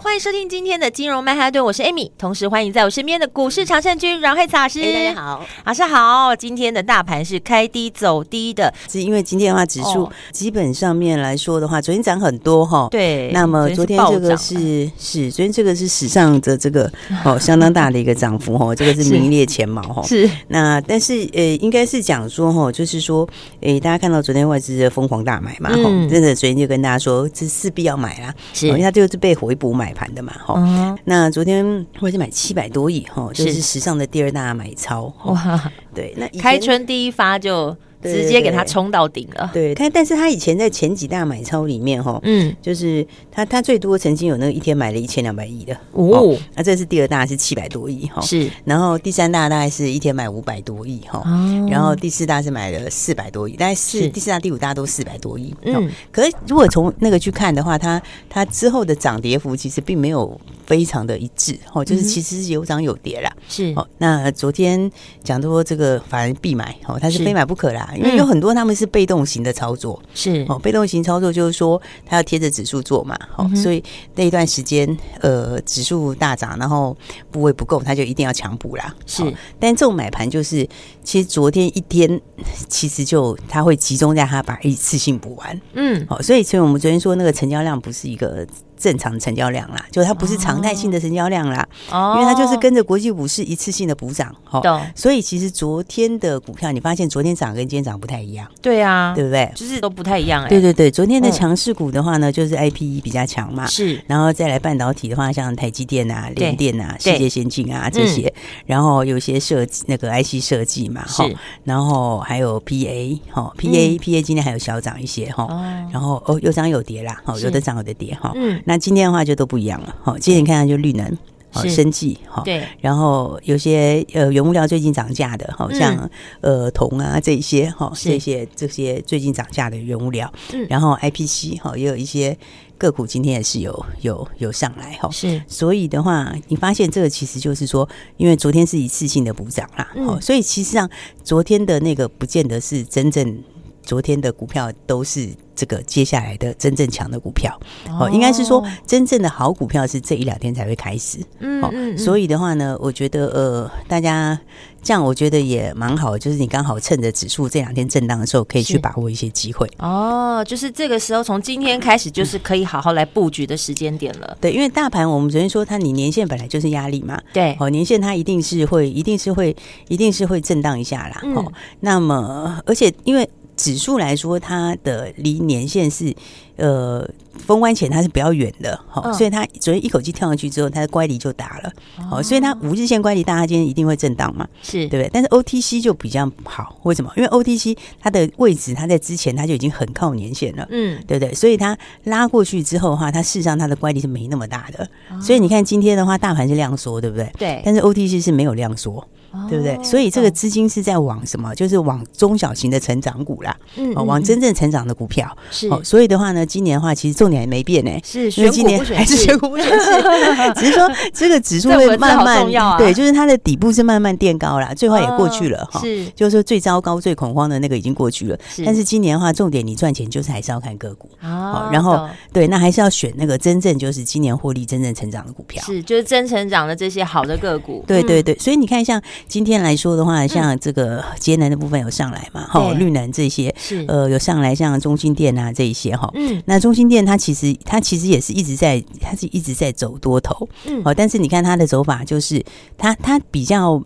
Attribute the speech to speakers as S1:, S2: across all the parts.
S1: 欢迎收听今天的金融曼哈顿，我是 Amy，同时欢迎在我身边的股市常胜军阮慧慈老师、
S2: 哎、大家，好，
S1: 老师好。今天的大盘是开低走低的，
S2: 是因为今天的话，指数
S1: 哦
S2: 基本上面来说的话，昨天涨很多哈。。
S1: 对。
S2: 那么昨天这
S1: 暴
S2: 个
S1: 涨啊
S2: 是是，昨天这个是史上的这个哦 相当大的一个涨 幅哦，这个是
S1: 是
S2: 名列前茅哈。
S1: 是
S2: 那但是呃，应该是讲说哈，就是说诶，大家看到昨天外资的疯狂大买嘛哈，
S1: 嗯
S2: 真的昨天就跟大家说这势必要买啦，哦因为
S1: 是，
S2: 它就是哦被回补买盘的嘛哈。
S1: 嗯，
S2: 那昨天外资买七百多亿哈，就是是史上的第二大买超哈。
S1: 哦哇，
S2: 对，那以前
S1: 开春第一发就
S2: 对
S1: 直接给它冲到顶了，
S2: 对，他但是他以前在前几大买超里面哈，
S1: 嗯，
S2: 就是他他最多曾经有那个一天买了一千两百亿的，
S1: 哦，
S2: 那这是第二大是七百多亿哈，
S1: 是，
S2: 然后第三大大概是一天买五百多亿哈。
S1: 哦
S2: 然后第四大是买了四百多亿，大概是
S1: 是
S2: 第四大、第五大都四百多亿。嗯、
S1: 嗯，
S2: 可是如果从那个去看的话，它它之后的涨跌幅其实并没有非常的一致哦，就是其实是有涨有跌啦。
S1: 嗯是，
S2: 哦，那昨天讲说这个反而必买哦，它是
S1: 是嗯
S2: 非买不可啦，因为有很多他们是被动型的操作。
S1: 是，
S2: 哦，被动型操作就是说它要贴着指数做嘛，
S1: 嗯
S2: 哦，所以那一段时间呃指数大涨，然后部位不够，它就一定要强补啦。
S1: 是
S2: 哦但这种买盘就是其实昨天一天其实就它会集中在它把一次性补完，
S1: 嗯，
S2: 哦，所以所以我们昨天说那个成交量不是一个。正常的成交量啦，就它不是常态性的成交量啦，
S1: 哦
S2: 因为它就是跟着国际股市一次性的补涨，哦
S1: 懂，
S2: 所以其实昨天的股票，你发现昨天涨跟今天涨不太一样，
S1: 对啊，
S2: 对不对？
S1: 就是都不太一样，哎，
S2: 对对对，昨天的
S1: 嗯
S2: 强势股的话呢，就是 IPE 比较强嘛。
S1: 是，
S2: 然后再来半导体的话，像台积电啊、
S1: 对
S2: 联电啊、
S1: 对嗯
S2: 世界先进啊这些，然后有些设计那个 IC 设计嘛，
S1: 是嗯
S2: 齁，然后还有 PA 哈，PA、PA 今天还有小涨一些哈，
S1: 哦，
S2: 然后哦有涨有跌啦，哈，
S1: 是
S2: 有的涨有的跌哈。
S1: 嗯，
S2: 那今天的话就都不一样了哈，齁今天你看看就绿能、哦
S1: 是
S2: 生技哈，齁
S1: 对，
S2: 然后有些呃原物料最近涨价的，好像、呃铜啊这一些哈，
S1: 嗯是
S2: 这些这些最近涨价的原物料，
S1: 嗯
S2: 然后 IPC 哈也有一些个股今天也是有有有上来哈。
S1: 是，
S2: 所以的话，你发现这个其实就是说，因为昨天是一次性的补涨啦，
S1: 嗯
S2: 哦，所以其实上昨天的那个不见得是真正昨天的股票都是这个接下来的真正强的股票哦，应该是说真正的好股票是这一两天才会开始，
S1: 嗯
S2: 哦，
S1: 嗯，
S2: 所
S1: 以
S2: 以的话呢，我觉得呃，大家这样我觉得也蛮好，就是你刚好趁着指数这两天震荡的时候，可以去
S1: 是
S2: 把握一些机会。
S1: 哦，就是这个时候，从今天开始，就是可以好好来布局的时间点了。
S2: 对，因为大盘我们昨天说它，你年限本来就是压力嘛，
S1: 对，
S2: 哦，年限它一定是会，一定是会，一定是会震荡一下啦。
S1: 嗯
S2: 哦，那么呃而且因为指数来说，它的离年限是呃封关前它是比较远的，好、
S1: 嗯
S2: 所以它昨天一口气跳上去之后，它的乖离就打了，哦，所以它五日线乖离大，它今天一定会震荡嘛。
S1: 是，
S2: 对不对？但是 OTC 就比较好，为什么？因为 OTC 它的位置，它在之前它就已经很靠年限了。
S1: 嗯，
S2: 对不对？所以它拉过去之后的话，它事实上它的乖离是没那么大的。所以你看今天的话，大盘是量缩，对不对？
S1: 哦对，哦
S2: 但是 OTC 是没有量缩，对不对？所以这个资金是在往什么？就是往中小型的成长股啦，
S1: 嗯
S2: 哦，往真正成长的股票。
S1: 是
S2: 哦，所以的话呢，今年的话其实重点还没变呢、
S1: 是
S2: 因
S1: 选
S2: 为
S1: 股
S2: 今
S1: 不
S2: 年
S1: 选
S2: 还是
S1: 市
S2: 选，股不选市，哎只是说这个指数
S1: 这
S2: 会
S1: 文字
S2: 慢
S1: 好
S2: 慢
S1: 重要啊
S2: 对，就是它的底部是慢慢垫高啦，最坏也过去了哈。
S1: 哦是，
S2: 就是说最糟糕、最恐慌的那个已经过去了，
S1: 是
S2: 但是今年的话，重点你赚钱就是还是要看个股，
S1: 哦
S2: 哦然后
S1: 懂
S2: 对，那还是要选那个真正就是今年获利真正成长的股票。
S1: 是就是真成长的这些好的个股，
S2: 对对
S1: 嗯，
S2: 对，所以你看，像今天来说的话，像这个节能的部分有上来嘛，哈，
S1: 对
S2: 绿能这些，
S1: 是，
S2: 呃，有上来，像中心店啊这一些哈。
S1: 嗯
S2: 那中心店它其实它其实也是一直在，它是一直在走多头，
S1: 嗯，
S2: 哦，但是你看它的走法，就是它它比较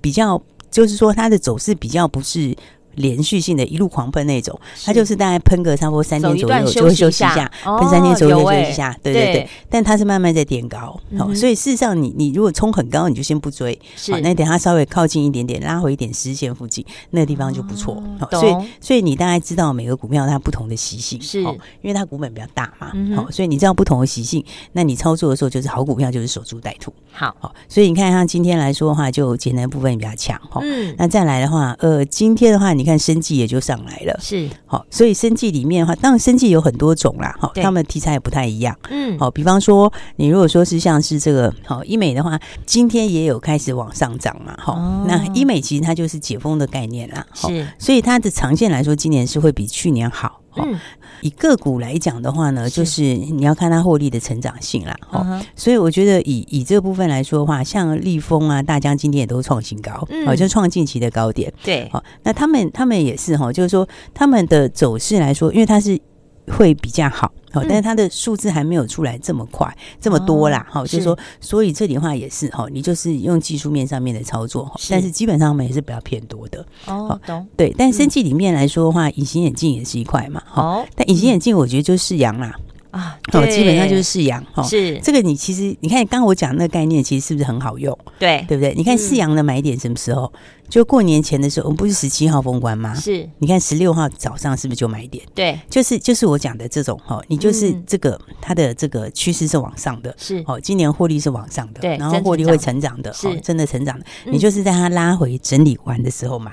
S2: 比较，就是说它的走势比较不是。连续性的一路狂喷那种，它就是大概喷个差不多三
S1: 走
S2: 天
S1: 一
S2: 左
S1: 段
S2: 右就
S1: 休
S2: 会
S1: 息
S2: 休
S1: 一
S2: 息
S1: 下
S2: 一下，
S1: 哦
S2: 喷三天左右
S1: 有
S2: 休息
S1: 欸
S2: 一下，对对对
S1: 对。
S2: 但它是慢慢在垫高，
S1: 嗯哼
S2: 哦，所以事实上你你如果冲很高，你就先不追，
S1: 是
S2: 好，那等它稍微靠近一点点，拉回一点实线附近，那个地方就不错。
S1: 哦
S2: 好所以
S1: 懂
S2: 所以你大概知道每个股票它不同的习性，
S1: 是
S2: 哦因为它股本比较大嘛，好、
S1: 嗯哼
S2: 所以你知道不同的习性，那你操作的时候就是好股票就是守株待兔，
S1: 好，
S2: 好、所以你看像今天来说的话，就简单部分比较强，哈、
S1: 嗯，
S2: 那再来的话，呃，今天的话，你你看生计也就上来了。
S1: 是，
S2: 好，所以生计里面的话，当然生计有很多种啦，哈，
S1: 对
S2: 他们题材也不太一样。
S1: 嗯，
S2: 好，比方说你如果说是像是这个好医美的话，今天也有开始往上涨嘛，哈、
S1: 哦
S2: 那医美其实它就是解封的概念啦，齁，
S1: 是，
S2: 所以它的长线来说，今年是会比去年好。齁
S1: 嗯，
S2: 以个股来讲的话呢，
S1: 是
S2: 就是你要看它获利的成长性啦，哈、
S1: 嗯哼
S2: 所以我觉得以以这部分来说的话，像立丰啊、大疆今天也都创新高，
S1: 嗯
S2: 哦，就创近期的高点。
S1: 对，
S2: 好、哦那他们他们也是哈、就是说他们的走势来说，因为它是会比较好，好、
S1: 嗯哦
S2: 但是它的数字还没有出来这么快、这么多啦，哈、就是是说，所以这里的话也是哈、你就是用技术面上面的操作，齁哦
S1: 是
S2: 但是基本上我们也是比较偏多的，
S1: 哦
S2: 好，
S1: 懂，
S2: 对。但生技里面来说的
S1: 嗯
S2: 话，隐形眼镜也是一块嘛，齁
S1: 好
S2: 但隐形眼镜我觉得就是阳啦，
S1: 啊，
S2: 哦，
S1: 哦对
S2: 基本上就是世阳，哦。
S1: 是，
S2: 这个你其实你看，刚刚我讲那个概念，其实是不是很好用，
S1: 对，
S2: 对不对？你看四阳的买点什么时候？就过年前的时候，我们不是十七号封关吗？
S1: 是，
S2: 你看十六号早上是不是就买点？
S1: 对，
S2: 就是就是我讲的这种哈，哦你就是
S1: 嗯
S2: 这个、它的这个趋势是往上的。
S1: 是，
S2: 哦，今年获利是往上的，
S1: 对
S2: 然后获利会成长的，
S1: 真成长
S2: 哦
S1: 是，
S2: 真的成长的。
S1: 嗯
S2: 你就是在它拉回整理完的时候买，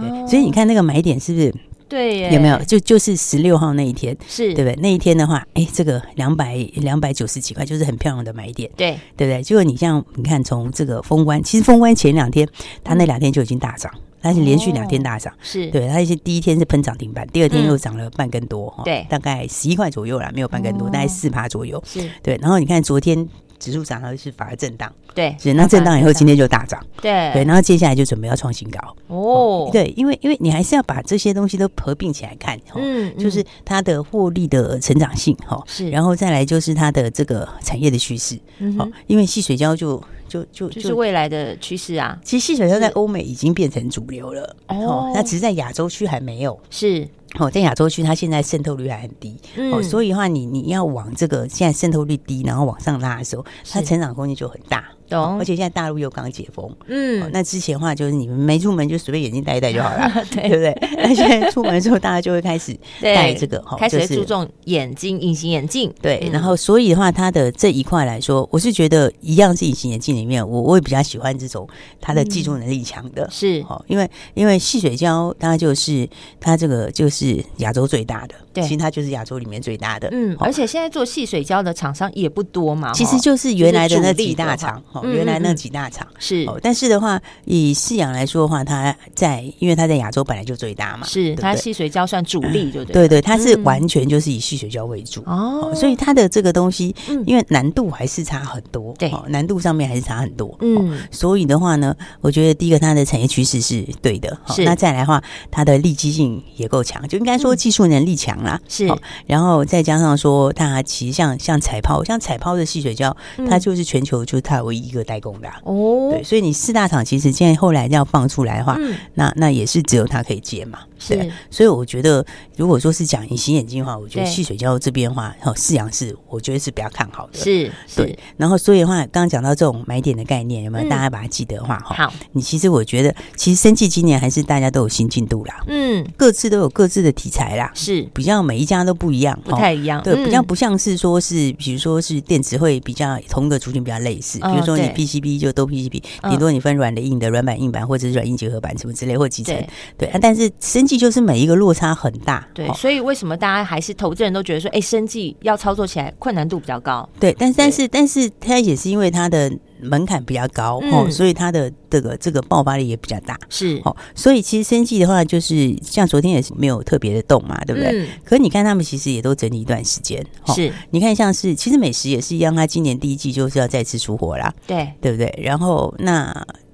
S2: 对。
S1: 哦
S2: 所以你，看那个买点是不是
S1: 对耶，
S2: 有没有？就就是十六号那一天，
S1: 是，
S2: 对不对？那一天的话，哎，这个两百两百九十几块就是很漂亮的买点，
S1: 对，
S2: 对不对？结果你像你看，从这个封关，其实封关前两天，它那两天就已经大涨，它是连续两
S1: 哦
S2: 天大涨。
S1: 是，
S2: 对，它一些第一天是喷涨停板，第二天
S1: 嗯
S2: 又涨了半更多，哈
S1: 对
S2: 大概十一块左右啦，没有半更多，
S1: 哦
S2: 大概四趴左右。
S1: 是，
S2: 对，然后你看昨天指数涨，它是反而震荡，
S1: 对，
S2: 是那震荡以后今
S1: 天
S2: 天就大涨，
S1: 对
S2: 对，然后接下来就准备要创新高。
S1: 哦，，
S2: 对，因为因为你还是要把这些东西都合并起来看，哈
S1: 嗯，
S2: 就是
S1: 嗯
S2: 它的获利的成长性哈，
S1: 是
S2: 然后再来就是它的这个产业的趋势，
S1: 嗯
S2: 好
S1: 哼，
S2: 因为细水胶就就就
S1: 就是未来的趋势啊，
S2: 其实细水胶在
S1: 是
S2: 欧美已经变成主流了，
S1: 哦
S2: 那只是在亚洲区还没有，
S1: 是，
S2: 哦，在亚洲区它现在渗透率还很低，哦，
S1: 嗯，
S2: 所以的话你你要往这个现在渗透率低，然后往上拉的时候，它
S1: 是
S2: 成长空间就很大，哦
S1: 懂
S2: 而且现在大陆又刚解封，哦
S1: 嗯，
S2: 那之前的话就是你们没出门就随便眼镜戴一戴就好 了，对不对？那现在出门之后，大家就会开始戴
S1: 对，
S2: 这个，哈
S1: 开始
S2: 就
S1: 会
S2: 是
S1: 注重眼睛，隐形眼镜，
S2: 对
S1: 嗯，
S2: 然后所以的话，它的这一块来说，我是觉得一样是隐形眼镜里面，我我也比较喜欢这种它的技术能力强的。
S1: 是
S2: 好，因为因为细水胶它就是它这个就是亚洲最大的，
S1: 对
S2: 其实它就是亚洲里面最大的，
S1: 嗯，
S2: 好
S1: 而且现在做细水胶的厂商也不多嘛，
S2: 哦其实
S1: 哈
S2: 就是原来的那
S1: 就是主力
S2: 几
S1: 的话
S2: 大厂，哦，
S1: 嗯
S2: 原来
S1: 嗯
S2: 那
S1: 嗯
S2: 几大厂，
S1: 是
S2: 哦，但是的话，以世阳来说的话，它在因为它在亚洲本来就最大嘛，对
S1: 是
S2: 不
S1: 它
S2: 对
S1: 细水胶算主力，对不对？
S2: 对对，它是
S1: 嗯
S2: 完全就是以细水胶为主，
S1: 哦
S2: 哦，所以它的这个东西
S1: 嗯，
S2: 因为难度还是差很多，
S1: 对
S2: 哦难度上面还是差很多，哦。
S1: 嗯
S2: 所以的话呢，我觉得第一个它的产业趋势是对的，哦
S1: 是嗯
S2: 那再来的话，它的利基性也够强，就应该说技术能力强啦。
S1: 是
S2: 哦然后再加上说，它其实像像彩泡，像彩泡的细水胶，它就是全球就是它唯一一个代工的啊、
S1: 嗯哦
S2: 对，，所以你四大厂其实现在后来要放出来的话，
S1: 嗯
S2: 那那也是只有它可以接嘛。对
S1: 是
S2: 所以我哦觉得，如果说是讲隐形眼镜的话，我觉得
S1: 对
S2: 细水胶这边的话，哦，四阳是我觉得是比较看好的。
S1: 是
S2: 对
S1: 是，，
S2: 然后所以的话，刚刚讲到这种买点的概念，有没
S1: 嗯
S2: 有？大家把它记得的话，哈、
S1: 好，
S2: 你其实我觉得，其实生计今年还是大家都有新进度啦，
S1: 嗯
S2: 各自都有各自的题材啦，
S1: 是
S2: 比较每一家都不一样，哦
S1: 不
S2: 哈
S1: 太一样，
S2: 对，
S1: 嗯
S2: 比较不像是说是，比如说是电子会比较同一个族群比较类似，
S1: 嗯
S2: 比如说你
S1: 对
S2: PCB 就都 PCB，
S1: 嗯
S2: 顶多你分软的、硬的、软板、硬板或者是软硬结合板什么之类或集成，
S1: 对
S2: 对。啊但是生技就是每一个落差很大，
S1: 对，
S2: 哦
S1: 所以为什么大家还是投资人都觉得说，哎，生计要操作起来困难度比较高，
S2: 对，但但是但是它也是因为它的门槛比较高、哦，
S1: 嗯
S2: 所以它的这个这个爆发力也比较大。
S1: 是
S2: 哦，所以其实生技的话，就是像昨天也是没有特别的动嘛，对不对？
S1: 嗯
S2: 可你看他们其实也都整理一段时间，哦
S1: 是
S2: 你看像是其实美食也是一样，它今年第一季就是要再次出货啦，
S1: 对
S2: 对不对？然后那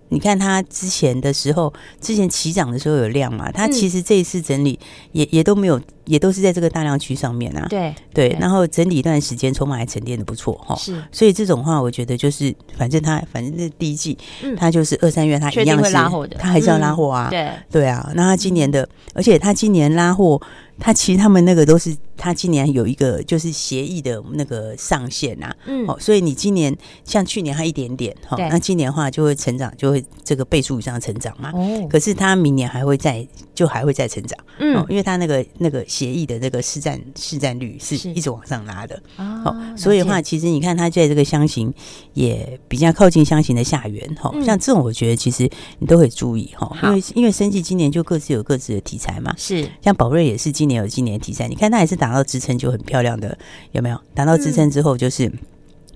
S2: 你看它之前的时候，之前起涨的时候有量嘛，它
S1: 嗯
S2: 其实这一次整理也也都没有，也都是在这个大量区上面啊。
S1: 对
S2: 对，
S1: 对
S2: 然后整理一段时间，筹码还沉淀的不错哈。
S1: 是
S2: 所以这种话，我觉得就是，反正它反正那第一季
S1: 嗯，
S2: 它就是二三月它
S1: 确
S2: 一
S1: 定
S2: 样
S1: 会
S2: 是
S1: 拉货的
S2: 它还是要
S1: 嗯
S2: 拉货啊。
S1: 对
S2: 对啊，那他今年的，而且他今年拉货，他其实他们那个都是它今年有一个就是协议的那个上限啊，
S1: 嗯
S2: 哦，所以你今年像去年它一点点哈、
S1: 对
S2: 那今年的话就会成长，就会这个倍数以上成长嘛。
S1: 哦，
S2: 可是它明年还会再就还会再成长，哦
S1: 嗯，
S2: 因为它那个那个协议的这个市占市占率是
S1: 是
S2: 一直往上拉的，
S1: 啊
S2: 哦，所以的话，
S1: 了解
S2: 其实你看它在这个箱型也比较靠近箱型的下缘哈、
S1: 嗯
S2: 像这种我觉得其实你都可以注意哈、
S1: 好
S2: 因为因为生计今年就各自有各自的题材嘛，
S1: 是
S2: 像宝瑞也是今年有今年的题材，你看它也是达到支撑就很漂亮的，有没有？达到支撑之后就是。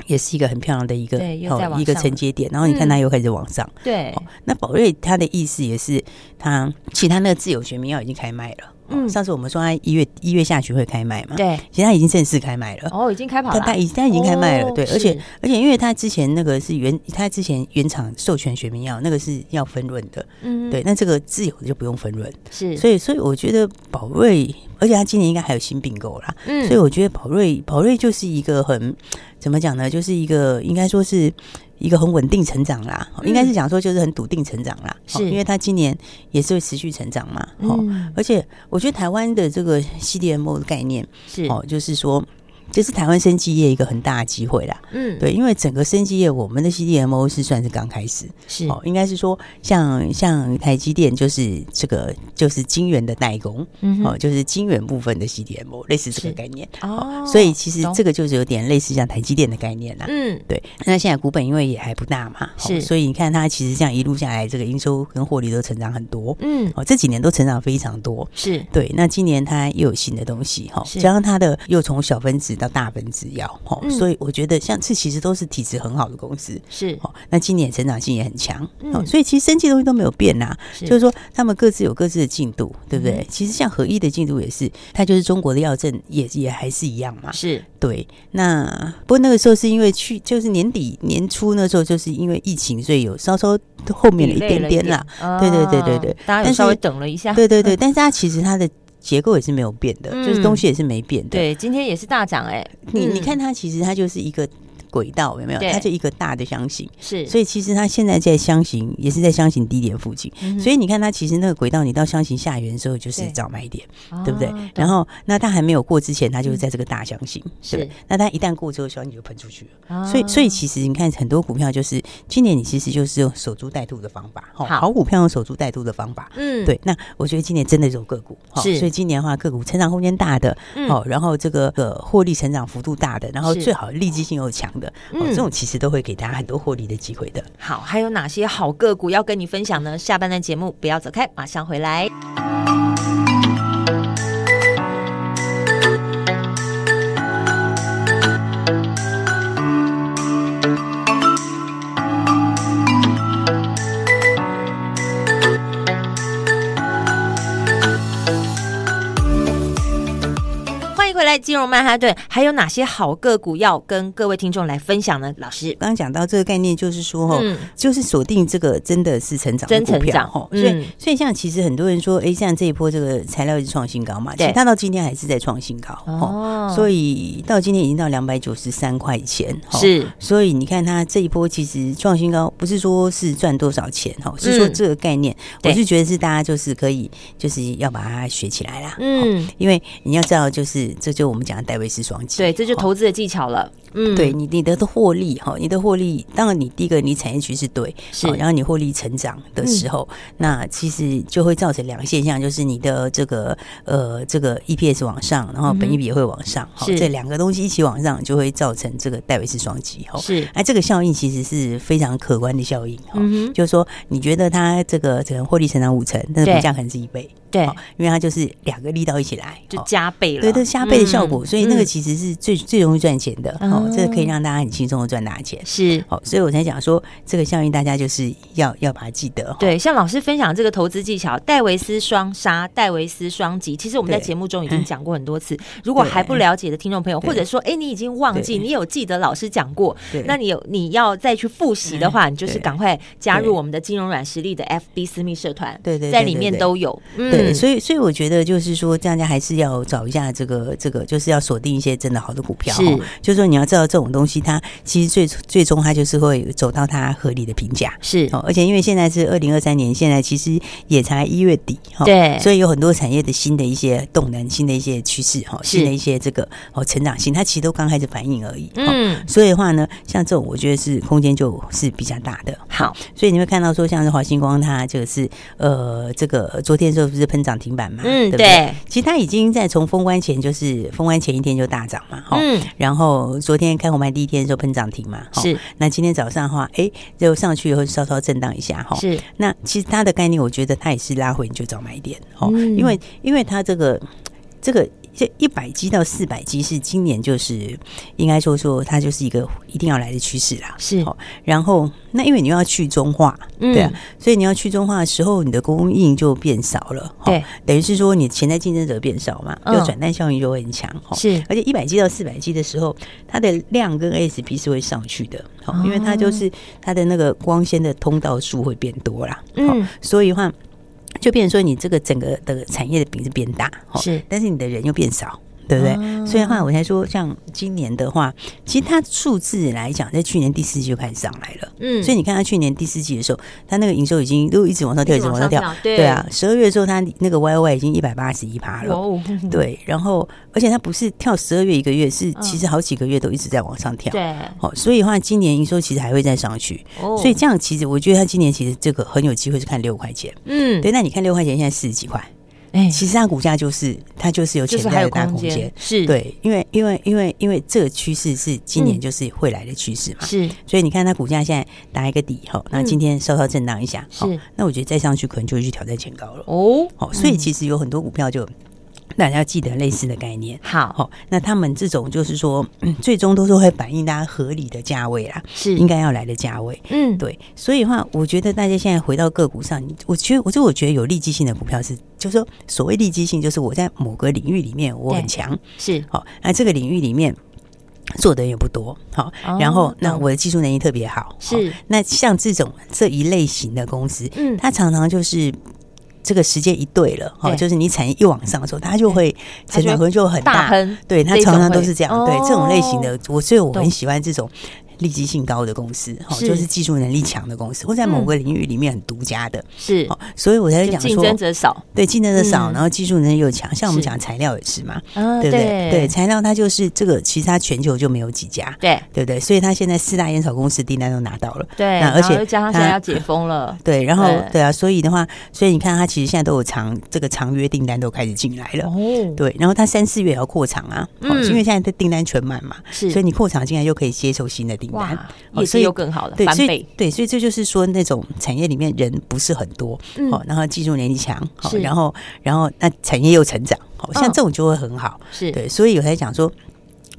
S2: 也是一个很漂亮的一个
S1: 嗯对又再往
S2: 一个
S1: 上嗯
S2: 承接点，然后你看它又开始往上。
S1: 对
S2: 哦那宝瑞它的意思也是它，其他那个自有学名药已经开卖了。哦
S1: 嗯
S2: 上次我们说它一月一月下旬会开卖嘛，，
S1: 对，
S2: 其实它已经正式开卖了。
S1: 哦，已经开跑
S2: 它
S1: 了，
S2: 它已它已经开卖了，
S1: 哦
S2: 对，
S1: 是
S2: 而且而且因为它之前那个是原它之前原厂授权学名药那个是要分润的，
S1: 嗯
S2: 对，那这个自有的就不用分润，
S1: 是，
S2: 所以，所以我觉得宝瑞，而且它今年应该还有新并购啦，
S1: 嗯
S2: 所以我觉得宝瑞，宝瑞就是一个很怎么讲呢？就是一个应该说是一个很稳定成长啦，哦
S1: 嗯
S2: 应该是讲说就是很笃定成长啦，哦
S1: 是
S2: 因为它今年也是会持续成长嘛，哦，
S1: 嗯
S2: 而且我觉得台湾的这个 CDMO 的概念，
S1: 是
S2: 哦，就是说。这是台湾生技业一个很大的机会啦，
S1: 嗯
S2: 对，因为整个生技业，我们的 CDMO 是算是刚开始，
S1: 是
S2: 哦，应该是说像像台积电就是这个就是晶圆的代工、
S1: 嗯哼
S2: 哦，就是晶圆部分的 CDMO 类似这
S1: 是
S2: 个概念。
S1: 哦
S2: 所以其实
S1: 懂
S2: 这个就是有点类似像台积电的概念啦。
S1: 嗯
S2: 对，那现在股本因为也还不大嘛，哦
S1: 是
S2: 所以你看它其实这样一路下来，这个营收跟获利都成长很多。
S1: 嗯
S2: 哦，这几年都成长非常多。
S1: 是
S2: 对，那今年它又有新的东西哈，
S1: 是
S2: 加上它的又从小分子到大分子药哈，
S1: 嗯
S2: 所以我觉得像这其实都是体质很好的公司。
S1: 是
S2: 哦，那今年成长性也很强，哦，
S1: 嗯
S2: 所以其实生计东西都没有变呐、
S1: 是嗯
S2: 就是说他们各自有各自的进度，对不对？其实像合一的进度也是，它就是中国的药证也也还是一样嘛，
S1: 是
S2: 对。那不过那个时候是因为去就是年底年初那时候就是因为疫情，所以有稍稍后面了一点点啦，，
S1: 对
S2: 对对对对对
S1: 啊大家有
S2: 但
S1: 稍微
S2: 是
S1: 等了一下，
S2: 对对对。但是它其实它的结构也是没有变的，就是东
S1: 嗯
S2: 西也是没变的。
S1: 对，今天也是大涨哎，
S2: 你
S1: 嗯
S2: 你看它其实它就是一个轨道，有没有？
S1: 对
S2: 它就一个大的箱型。
S1: 是，
S2: 所以其实它现在在箱型，也是在箱型低点附近。
S1: 嗯哼
S2: 所以你看它其实那个轨道，你到箱型下缘的时候就是
S1: 对
S2: 早买点，
S1: 啊
S2: 对不对？
S1: 懂嗯
S2: 然后那它还没有过之前，它就是在这个大箱型，对
S1: 是
S2: 不对？那它一旦过之后，箱型就喷出去了。
S1: 啊
S2: 所以，所以其实你看很多股票就是今年你其实就是用守株待兔的方法，
S1: 好
S2: 好股票用守株待兔的方法。
S1: 嗯，
S2: 对，那我觉得今年真的有个股，齁
S1: 是
S2: 所以今年的话，个股成长空间大的，
S1: 嗯
S2: 哦，然后这个呃获利成长幅度大的，然后
S1: 是
S2: 最好利基性又强的，哦，
S1: 嗯
S2: 这种其实都会给大家很多获利的机会的。
S1: 好，还有哪些好个股要跟你分享呢？下半段节目不要走开，马上回来。欢迎回来，金融曼哈顿，还有哪些好个股要跟各位听众来分享呢？老师，
S2: 刚刚讲到这个概念，就是说哈、
S1: 嗯
S2: 就是锁定这个真的是成长的
S1: 真
S2: 股
S1: 成
S2: 票
S1: 长
S2: 哈、
S1: 嗯
S2: 所以所以像其实很多人说，哎，像这一波这个材料一直创新高嘛，其
S1: 对
S2: 实它到今天还是在创新高齁
S1: 哦
S2: 所
S1: 以
S2: 以到今天已经到两百九十三块钱齁
S1: 是
S2: 所以你看它这一波其实创新高，不是说是赚多少钱哈，是说这个概念，
S1: 嗯对
S2: 我是觉得是大家就是可以就是要把它学起来啦。齁，
S1: 嗯，
S2: 因为你要知道，就是这就我们讲的戴维斯双击，
S1: 对，这就
S2: 齁
S1: 投资的技巧了。嗯，
S2: 对，你你的获利哈，你的获利，当然你第一个你产业趋势对，
S1: 是
S2: 好然后你获利成长的时候，
S1: 嗯
S2: 那其实就会造成两个现象，就是你的这个呃这个 EPS 往上，然后
S1: 嗯
S2: 本
S1: 哼
S2: 益比也会往上，好
S1: 是
S2: 这两个东西一起往上，就会造成这个戴维斯双击哈。
S1: 是，
S2: 哎，这个效应其实是非常可观的效应哈。
S1: 嗯哼，
S2: 就是说，你觉得它这个可能获利成长五成，但是
S1: 对
S2: 股价可能是一倍，
S1: 对
S2: 好，因为它就是两个力道一起来，
S1: 就
S2: 好
S1: 加倍了，
S2: 对，这是加倍的效果，
S1: 嗯
S2: 所以那个
S1: 嗯
S2: 其实是最最容易赚钱的，哦
S1: 哦，
S2: 这个可以让大家很轻松的赚大钱。
S1: 是。
S2: 好、所以我才讲说这个效应，大家就是要要把它记得。哦，
S1: 对，像老师分享这个投资技巧，戴维斯双杀、戴维斯双击，其实我们在
S2: 对哎
S1: 节目中已经讲过很多次。如果还不了解的听众朋友，
S2: 对
S1: 或者说，哎，你已经忘记，
S2: 对
S1: 你有记得老师讲过，
S2: 对哎
S1: 那你有你要再去复习的话，你就是
S2: 对
S1: 赶快加入
S2: 对
S1: 我们的金融软实力的 FB 私密社团，
S2: 对对对
S1: 在里面
S2: 对对
S1: 都有。
S2: 对，对，
S1: 嗯
S2: 所以所以我觉得就是说，大家还是要找一下这个这个，就是要锁定一些真的好的股票。
S1: 是
S2: 哦就是说你要知道这种东西它，其实最最终它就是会走到它合理的评价。
S1: 是
S2: 哦，而且因为现在是二零二三年，现在其实也才一月底哈，
S1: 对
S2: 所以有很多产业的新的一些动能、新的一些趋势哈，
S1: 是
S2: 新的一些这个哦成长性，它其实都刚开始反应而已。哦
S1: 嗯，
S2: 所以的话呢，像这种我觉得是空间就是比较大的。
S1: 好，
S2: 所以你会看到说，像是华星光，它这个是呃，这个昨天是不是喷涨停板嘛？
S1: 嗯，
S2: 对不
S1: 对，
S2: 其实它已经在从封关前，就是封关前一天就大涨嘛，哈、
S1: 嗯，
S2: 然后昨天开红盘第一天的时候喷涨停嘛，齁
S1: 是
S2: 那今天早上的话，哎，就上去以后稍稍震荡一下哈。齁
S1: 是，
S2: 那其实它的概念，我觉得它也是拉回你就找买点哦，
S1: 嗯
S2: 因为因为它这个这个这一百基到四百基是今年就是应该说说它就是一个一定要来的趋势啦。
S1: 是
S2: 齁然后那因为你又要去中化，
S1: 嗯
S2: 哦对啊，所以你要去中化的时候，你的供应就变少了，齁
S1: 对，
S2: 等于是说你潜在竞争者变少嘛，
S1: 嗯
S2: 就转单效应就会很强，齁
S1: 是
S2: 而且一百 G 到四百 G 的时候，它的量跟 ASP 是会上去的，好、
S1: 哦
S2: 因为它就是它的那个光纤的通道数会变多啦，
S1: 嗯
S2: 好所以的话就变成说你这个整个的产业的饼是变大，好
S1: 是
S2: 但是你的人又变少。对不对？
S1: 哦
S2: 所以的话，我才说，像今年的话，其实它数字来讲，在去年第四季就开始上来了。
S1: 嗯
S2: 所以你看，它去年第四季的时候，它那个营收已经都一直往上跳，一直往上跳。
S1: 一直往上跳对
S2: 啊，十二月的时候，它那个 Y Y 已经一百八十一趴了。
S1: 哦，
S2: 对，然后而且它不是跳十二月一个月，是
S1: 嗯
S2: 其实好几个月都一直在往上跳。
S1: 对，
S2: 好、所以的话，今年营收其实还会再上去，
S1: 哦
S2: 所以这样其实我觉得它今年其实这个很有机会是看六块钱。
S1: 嗯，
S2: 对，那你看六块钱现在四十几块，
S1: 哎，
S2: 其实它股价就是它就是有
S1: 就
S2: 潜
S1: 是还
S2: 在
S1: 有
S2: 的大
S1: 空
S2: 空
S1: 间
S2: 间，。
S1: 是，，
S2: 对，因为因为因为因为这个趋势是今年
S1: 嗯
S2: 就是会来的趋势嘛，
S1: 是
S2: 所以你看它股价现在打一个底后，那
S1: 嗯
S2: 今天稍稍震荡一下，
S1: 是
S2: 齁那我觉得再上去可能就会去挑战前高了。
S1: 哦，
S2: 哦，所以其实有很多股票就大家要记得类似的概念。
S1: 好，
S2: 好、那他们这种就是说，嗯最终都是会反映大家合理的价位啦，
S1: 是
S2: 应，该要来的价位。
S1: 嗯，
S2: 对，所以的话，我觉得大家现在回到个股上，你我觉得，我就我觉得有利基性的股票是，就是说所谓利基性，就是我在某个领域里面我很
S1: 对
S2: 强，
S1: 是，
S2: 好、那这个领域里面做的人也不多，好、
S1: 哦
S2: 然后那
S1: 懂
S2: 我的技术能力特别好，好
S1: 是
S2: 那像这种这一类型的公司，
S1: 嗯
S2: 它常常就是。这个时间一对了，哦，
S1: 对
S2: 就是你产业一往上的时候，它就会
S1: 它
S2: 成
S1: 就会
S2: 长空间就很
S1: 大
S2: 大，
S1: 喷，
S2: 对，它
S1: 这种
S2: 常常
S1: 会
S2: 都是这样。对
S1: 哦
S2: 这种类型的，我所以我很
S1: 懂
S2: 喜欢这种利基性高的公司，哦，
S1: 是
S2: 就是技术能力强的公司，或在某
S1: 嗯
S2: 个领域里面很独家的。
S1: 是，
S2: 哦，所以我才会
S1: 就
S2: 讲
S1: 竞
S2: 说，
S1: 争者少，
S2: 对竞争的
S1: 嗯
S2: 少，然后技术能力又强。像我们
S1: 是
S2: 讲材料也是嘛，
S1: 啊
S2: 对不对？对，材料它就是这个，其实它全球就没有几家。
S1: 对
S2: 对不对？所以它现在四大烟草公司订单都拿到了，
S1: 对，
S2: 那而嗯
S1: 然后
S2: 且
S1: 又加上现在要解封了，
S2: 对，然后
S1: 对
S2: 对啊，所以的话，所以你看它其实现在都有长这个长约订单都开始进来了，
S1: 哦，
S2: 对，然后它三四月也要扩厂啊，哦
S1: 嗯
S2: 因为现在的订单全满嘛，
S1: 是
S2: 所以你扩厂进来就可以接受新的订单
S1: 哇，，
S2: 哦
S1: 业
S2: 所
S1: 绩
S2: 以
S1: 又更好了，
S2: 对，
S1: 翻
S2: 所以
S1: 倍，
S2: 对，所以这就是说那种产业里面人不是很多，
S1: 嗯
S2: 哦，然后技术能力强，好、
S1: 是
S2: 然后然后那产业又成长，好、像
S1: 嗯
S2: 这种就会很好，
S1: 是，
S2: 对，所以我才讲说。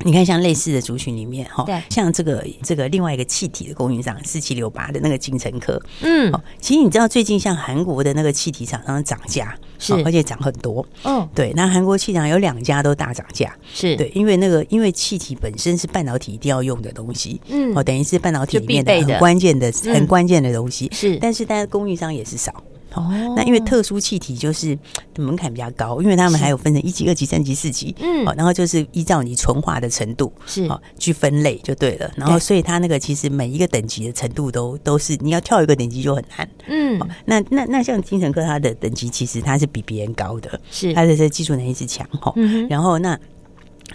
S2: 你看，像类似的族群里面，哈
S1: 对，
S2: 像这个这个另外一个气体的供应商四七六八的那个金城科，
S1: 嗯
S2: 哦，其实你知道最近像韩国的那个气体厂商涨价，
S1: 是
S2: 哦而且涨很多。
S1: 嗯
S2: 对，那韩国气厂有两家都大涨价，
S1: 是，
S2: 对，因为那个因为气体本身是半导体一定要用的东西，
S1: 嗯
S2: 哦，等于是半导体
S1: 就
S2: 里面
S1: 必备
S2: 的
S1: 的
S2: 很关键的、
S1: 嗯
S2: 很关键的东西。
S1: 是
S2: 但是它的供应商也是少。哦
S1: 哦，
S2: 那因为特殊气体就是嗯门槛比较高，因为他们
S1: 是
S2: 还有分成一级、二级、三级、四级，
S1: 嗯
S2: 哦，然后就是依照你纯化的程度，
S1: 是
S2: 哦去分类就对了。然后
S1: 对
S2: 所以它那个其实每一个等级的程度都都是你要跳一个等级就很难。
S1: 嗯
S2: 哦那那那像精神科它的等级其实它是比别人高的，
S1: 是，
S2: 它的这技术能力是强哈。哦
S1: 嗯哼
S2: 然后那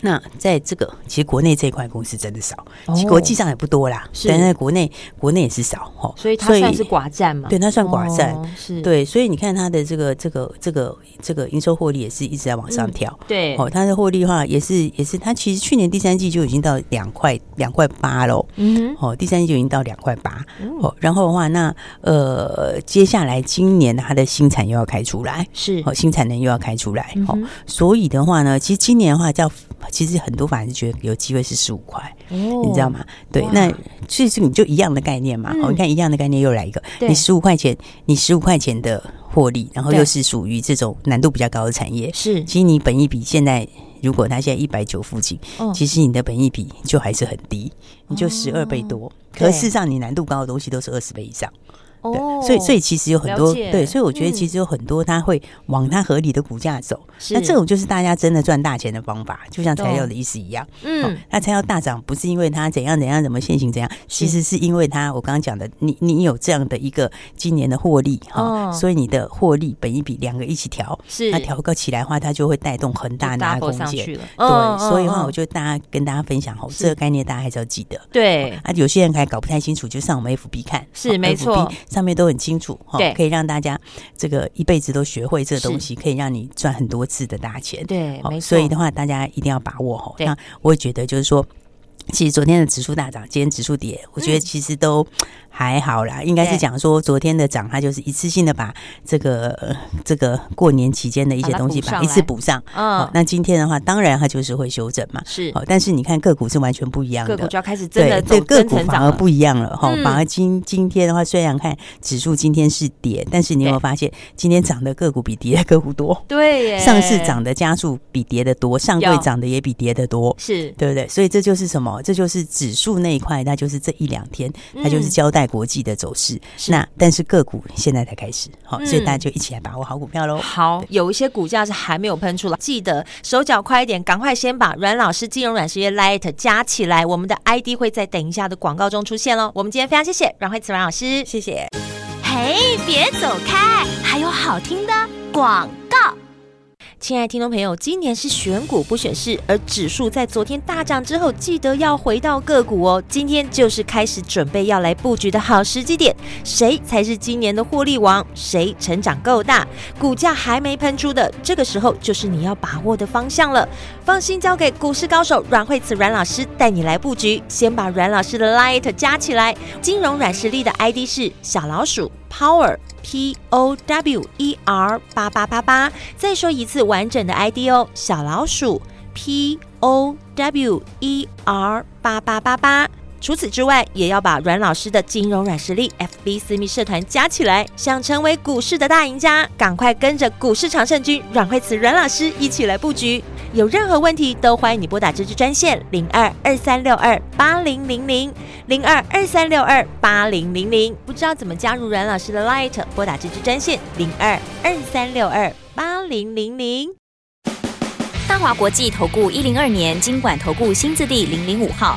S2: 那在这个其实国内这一块公司真的少，其实
S1: 哦
S2: 国际上也不多啦，
S1: 是
S2: 但在国内国内也是少哈。哦
S1: 所以它算是寡占嘛，
S2: 对，它算寡占。
S1: 哦是，
S2: 对，所以你看它的这个这个这个这个营收获利也是一直在往上跳。
S1: 嗯对，
S2: 哦，它的获利的话也是也是，它其实去年第三季就已经到两块两块八喽。
S1: 嗯哼，嗯
S2: 哦，第三季就已经到两块八。哦，然后的话，那呃，接下来今年它的新产又要开出来，
S1: 是
S2: 哦，新产能又要开出来。哦
S1: 嗯哼，
S2: 所以的话呢，其实今年的话叫，其实很多法人是觉得有机会是十五块，
S1: 你
S2: 你知道？吗？对
S1: 哦哇，
S2: 那其实你就一样的概念嘛。
S1: 嗯
S2: 哦，你看一样的概念又来一个，
S1: 对
S2: 你十五块钱，你十五块钱的获利，然后
S1: 对
S2: 又是属于这种难度比较高的产业，
S1: 是，
S2: 其实你本益比现在，如果它现在一百九附近，
S1: 嗯
S2: 其实你的本益比就还是很低，你就十二倍多。可
S1: 哦对
S2: 是事实上，你难度高的东西都是二十倍以上。对，
S1: 哦
S2: 所以所以其实有很多
S1: 了解
S2: 对，所以我觉得
S1: 嗯
S2: 其实有很多它会往它合理的股价走。那这种就是大家真的赚大钱的方法，就像材料的意思一样。哦
S1: 嗯，
S2: 那材料大涨不是因为它怎样怎样怎么现行怎样，其实是因为它我刚刚讲的，你你有这样的一个今年的获利哈、
S1: 哦
S2: 所以你的获利本一比两个一起调，
S1: 是
S2: 那调个起来的话，它就会带动很大
S1: 就
S2: 的拉
S1: double
S2: 空
S1: 上
S2: 间。
S1: 去了，
S2: 对，
S1: 嗯
S2: 所以的话，
S1: 嗯
S2: 我就大家跟大家分享哦，这个概念大家还是要记得。
S1: 对
S2: 啊，有些人还搞不太清楚，就上我们 FB 看，
S1: 是
S2: 哦
S1: 没错
S2: ，FB 上面都很清楚，哈
S1: 对
S2: 可以让大家这个一辈子都学会这个东西，可以让你赚很多次的大钱，
S1: 对，
S2: 哦
S1: 没错，
S2: 所以的话，大家一定要把握哈。
S1: 对
S2: 那我也觉得就是说。其实昨天的指数大涨，今天指数跌，我觉得其实都还好啦。应该是
S1: 嗯对
S2: 讲说，昨天的涨，它就是一次性的把这个、呃这个过年期间的一些
S1: 把它
S2: 东西
S1: 补
S2: 把
S1: 上
S2: 一次
S1: 来
S2: 补上。好、
S1: 嗯，
S2: 那今天的话，当然它就是会修正嘛。
S1: 是
S2: 好、但是你看个股是完全不一样的，
S1: 个股就要开始真
S2: 对
S1: 的
S2: 对，
S1: 走
S2: 个
S1: 真
S2: 股
S1: 成
S2: 反
S1: 长
S2: 而
S1: 了，
S2: 不一样了哈、
S1: 嗯
S2: 反而今今天的话，虽然看指数今天是跌，但是你有没有
S1: 对
S2: 发现今天涨的个股比跌的个股多？
S1: 对耶，
S2: 上市涨的家数比跌的多，上柜
S1: 有
S2: 涨的也比跌的多。
S1: 是
S2: 对不对？所以这就是什么？这就是指数那一块，它就是这一两天，它就是交代国际的走势。
S1: 嗯是
S2: 那但是个股现在才开始，好、所以
S1: 嗯
S2: 大家就一起来把握好股票喽。
S1: 好，有一些股价是还没有喷出来，记得手脚快一点，赶快先把阮老师金融软实业 Light 加起来，我们的 ID 会在等一下的广告中出现喽。我们今天非常谢谢阮慧慈阮老师，
S2: 谢谢。
S3: 嘿，别走开，还有好听的广告。
S1: 亲爱的听众朋友，今年是选股不选市，而指数在昨天大涨之后，记得要回到个股哦。今天就是开始准备要来布局的好时机点，谁才是今年的获利王？谁成长够大，股价还没喷出的，这个时候就是你要把握的方向了。放心交给股市高手阮慧慈阮老师带你来布局，先把阮老师的 Light 加起来，金融软实力的 ID 是小老鼠 Power。P O W E R 八八八八，再说一次完整的 ID 哦，小老鼠 P O W E R 八八八八。除此之外，也要把阮老师的金融软实力 FB 私密社团加起来。想成为股市的大赢家，赶快跟着股市常胜军阮慧慈阮老师一起来布局。有任何问题都欢迎你拨打这支专线零二二三六二八零零零零二二三六二八零零零。不知道怎么加入阮老师的 Light，拨打这支专线零二二三六二八零零零。
S3: 大华国际投顾一零二年经管投顾新字第零零五号。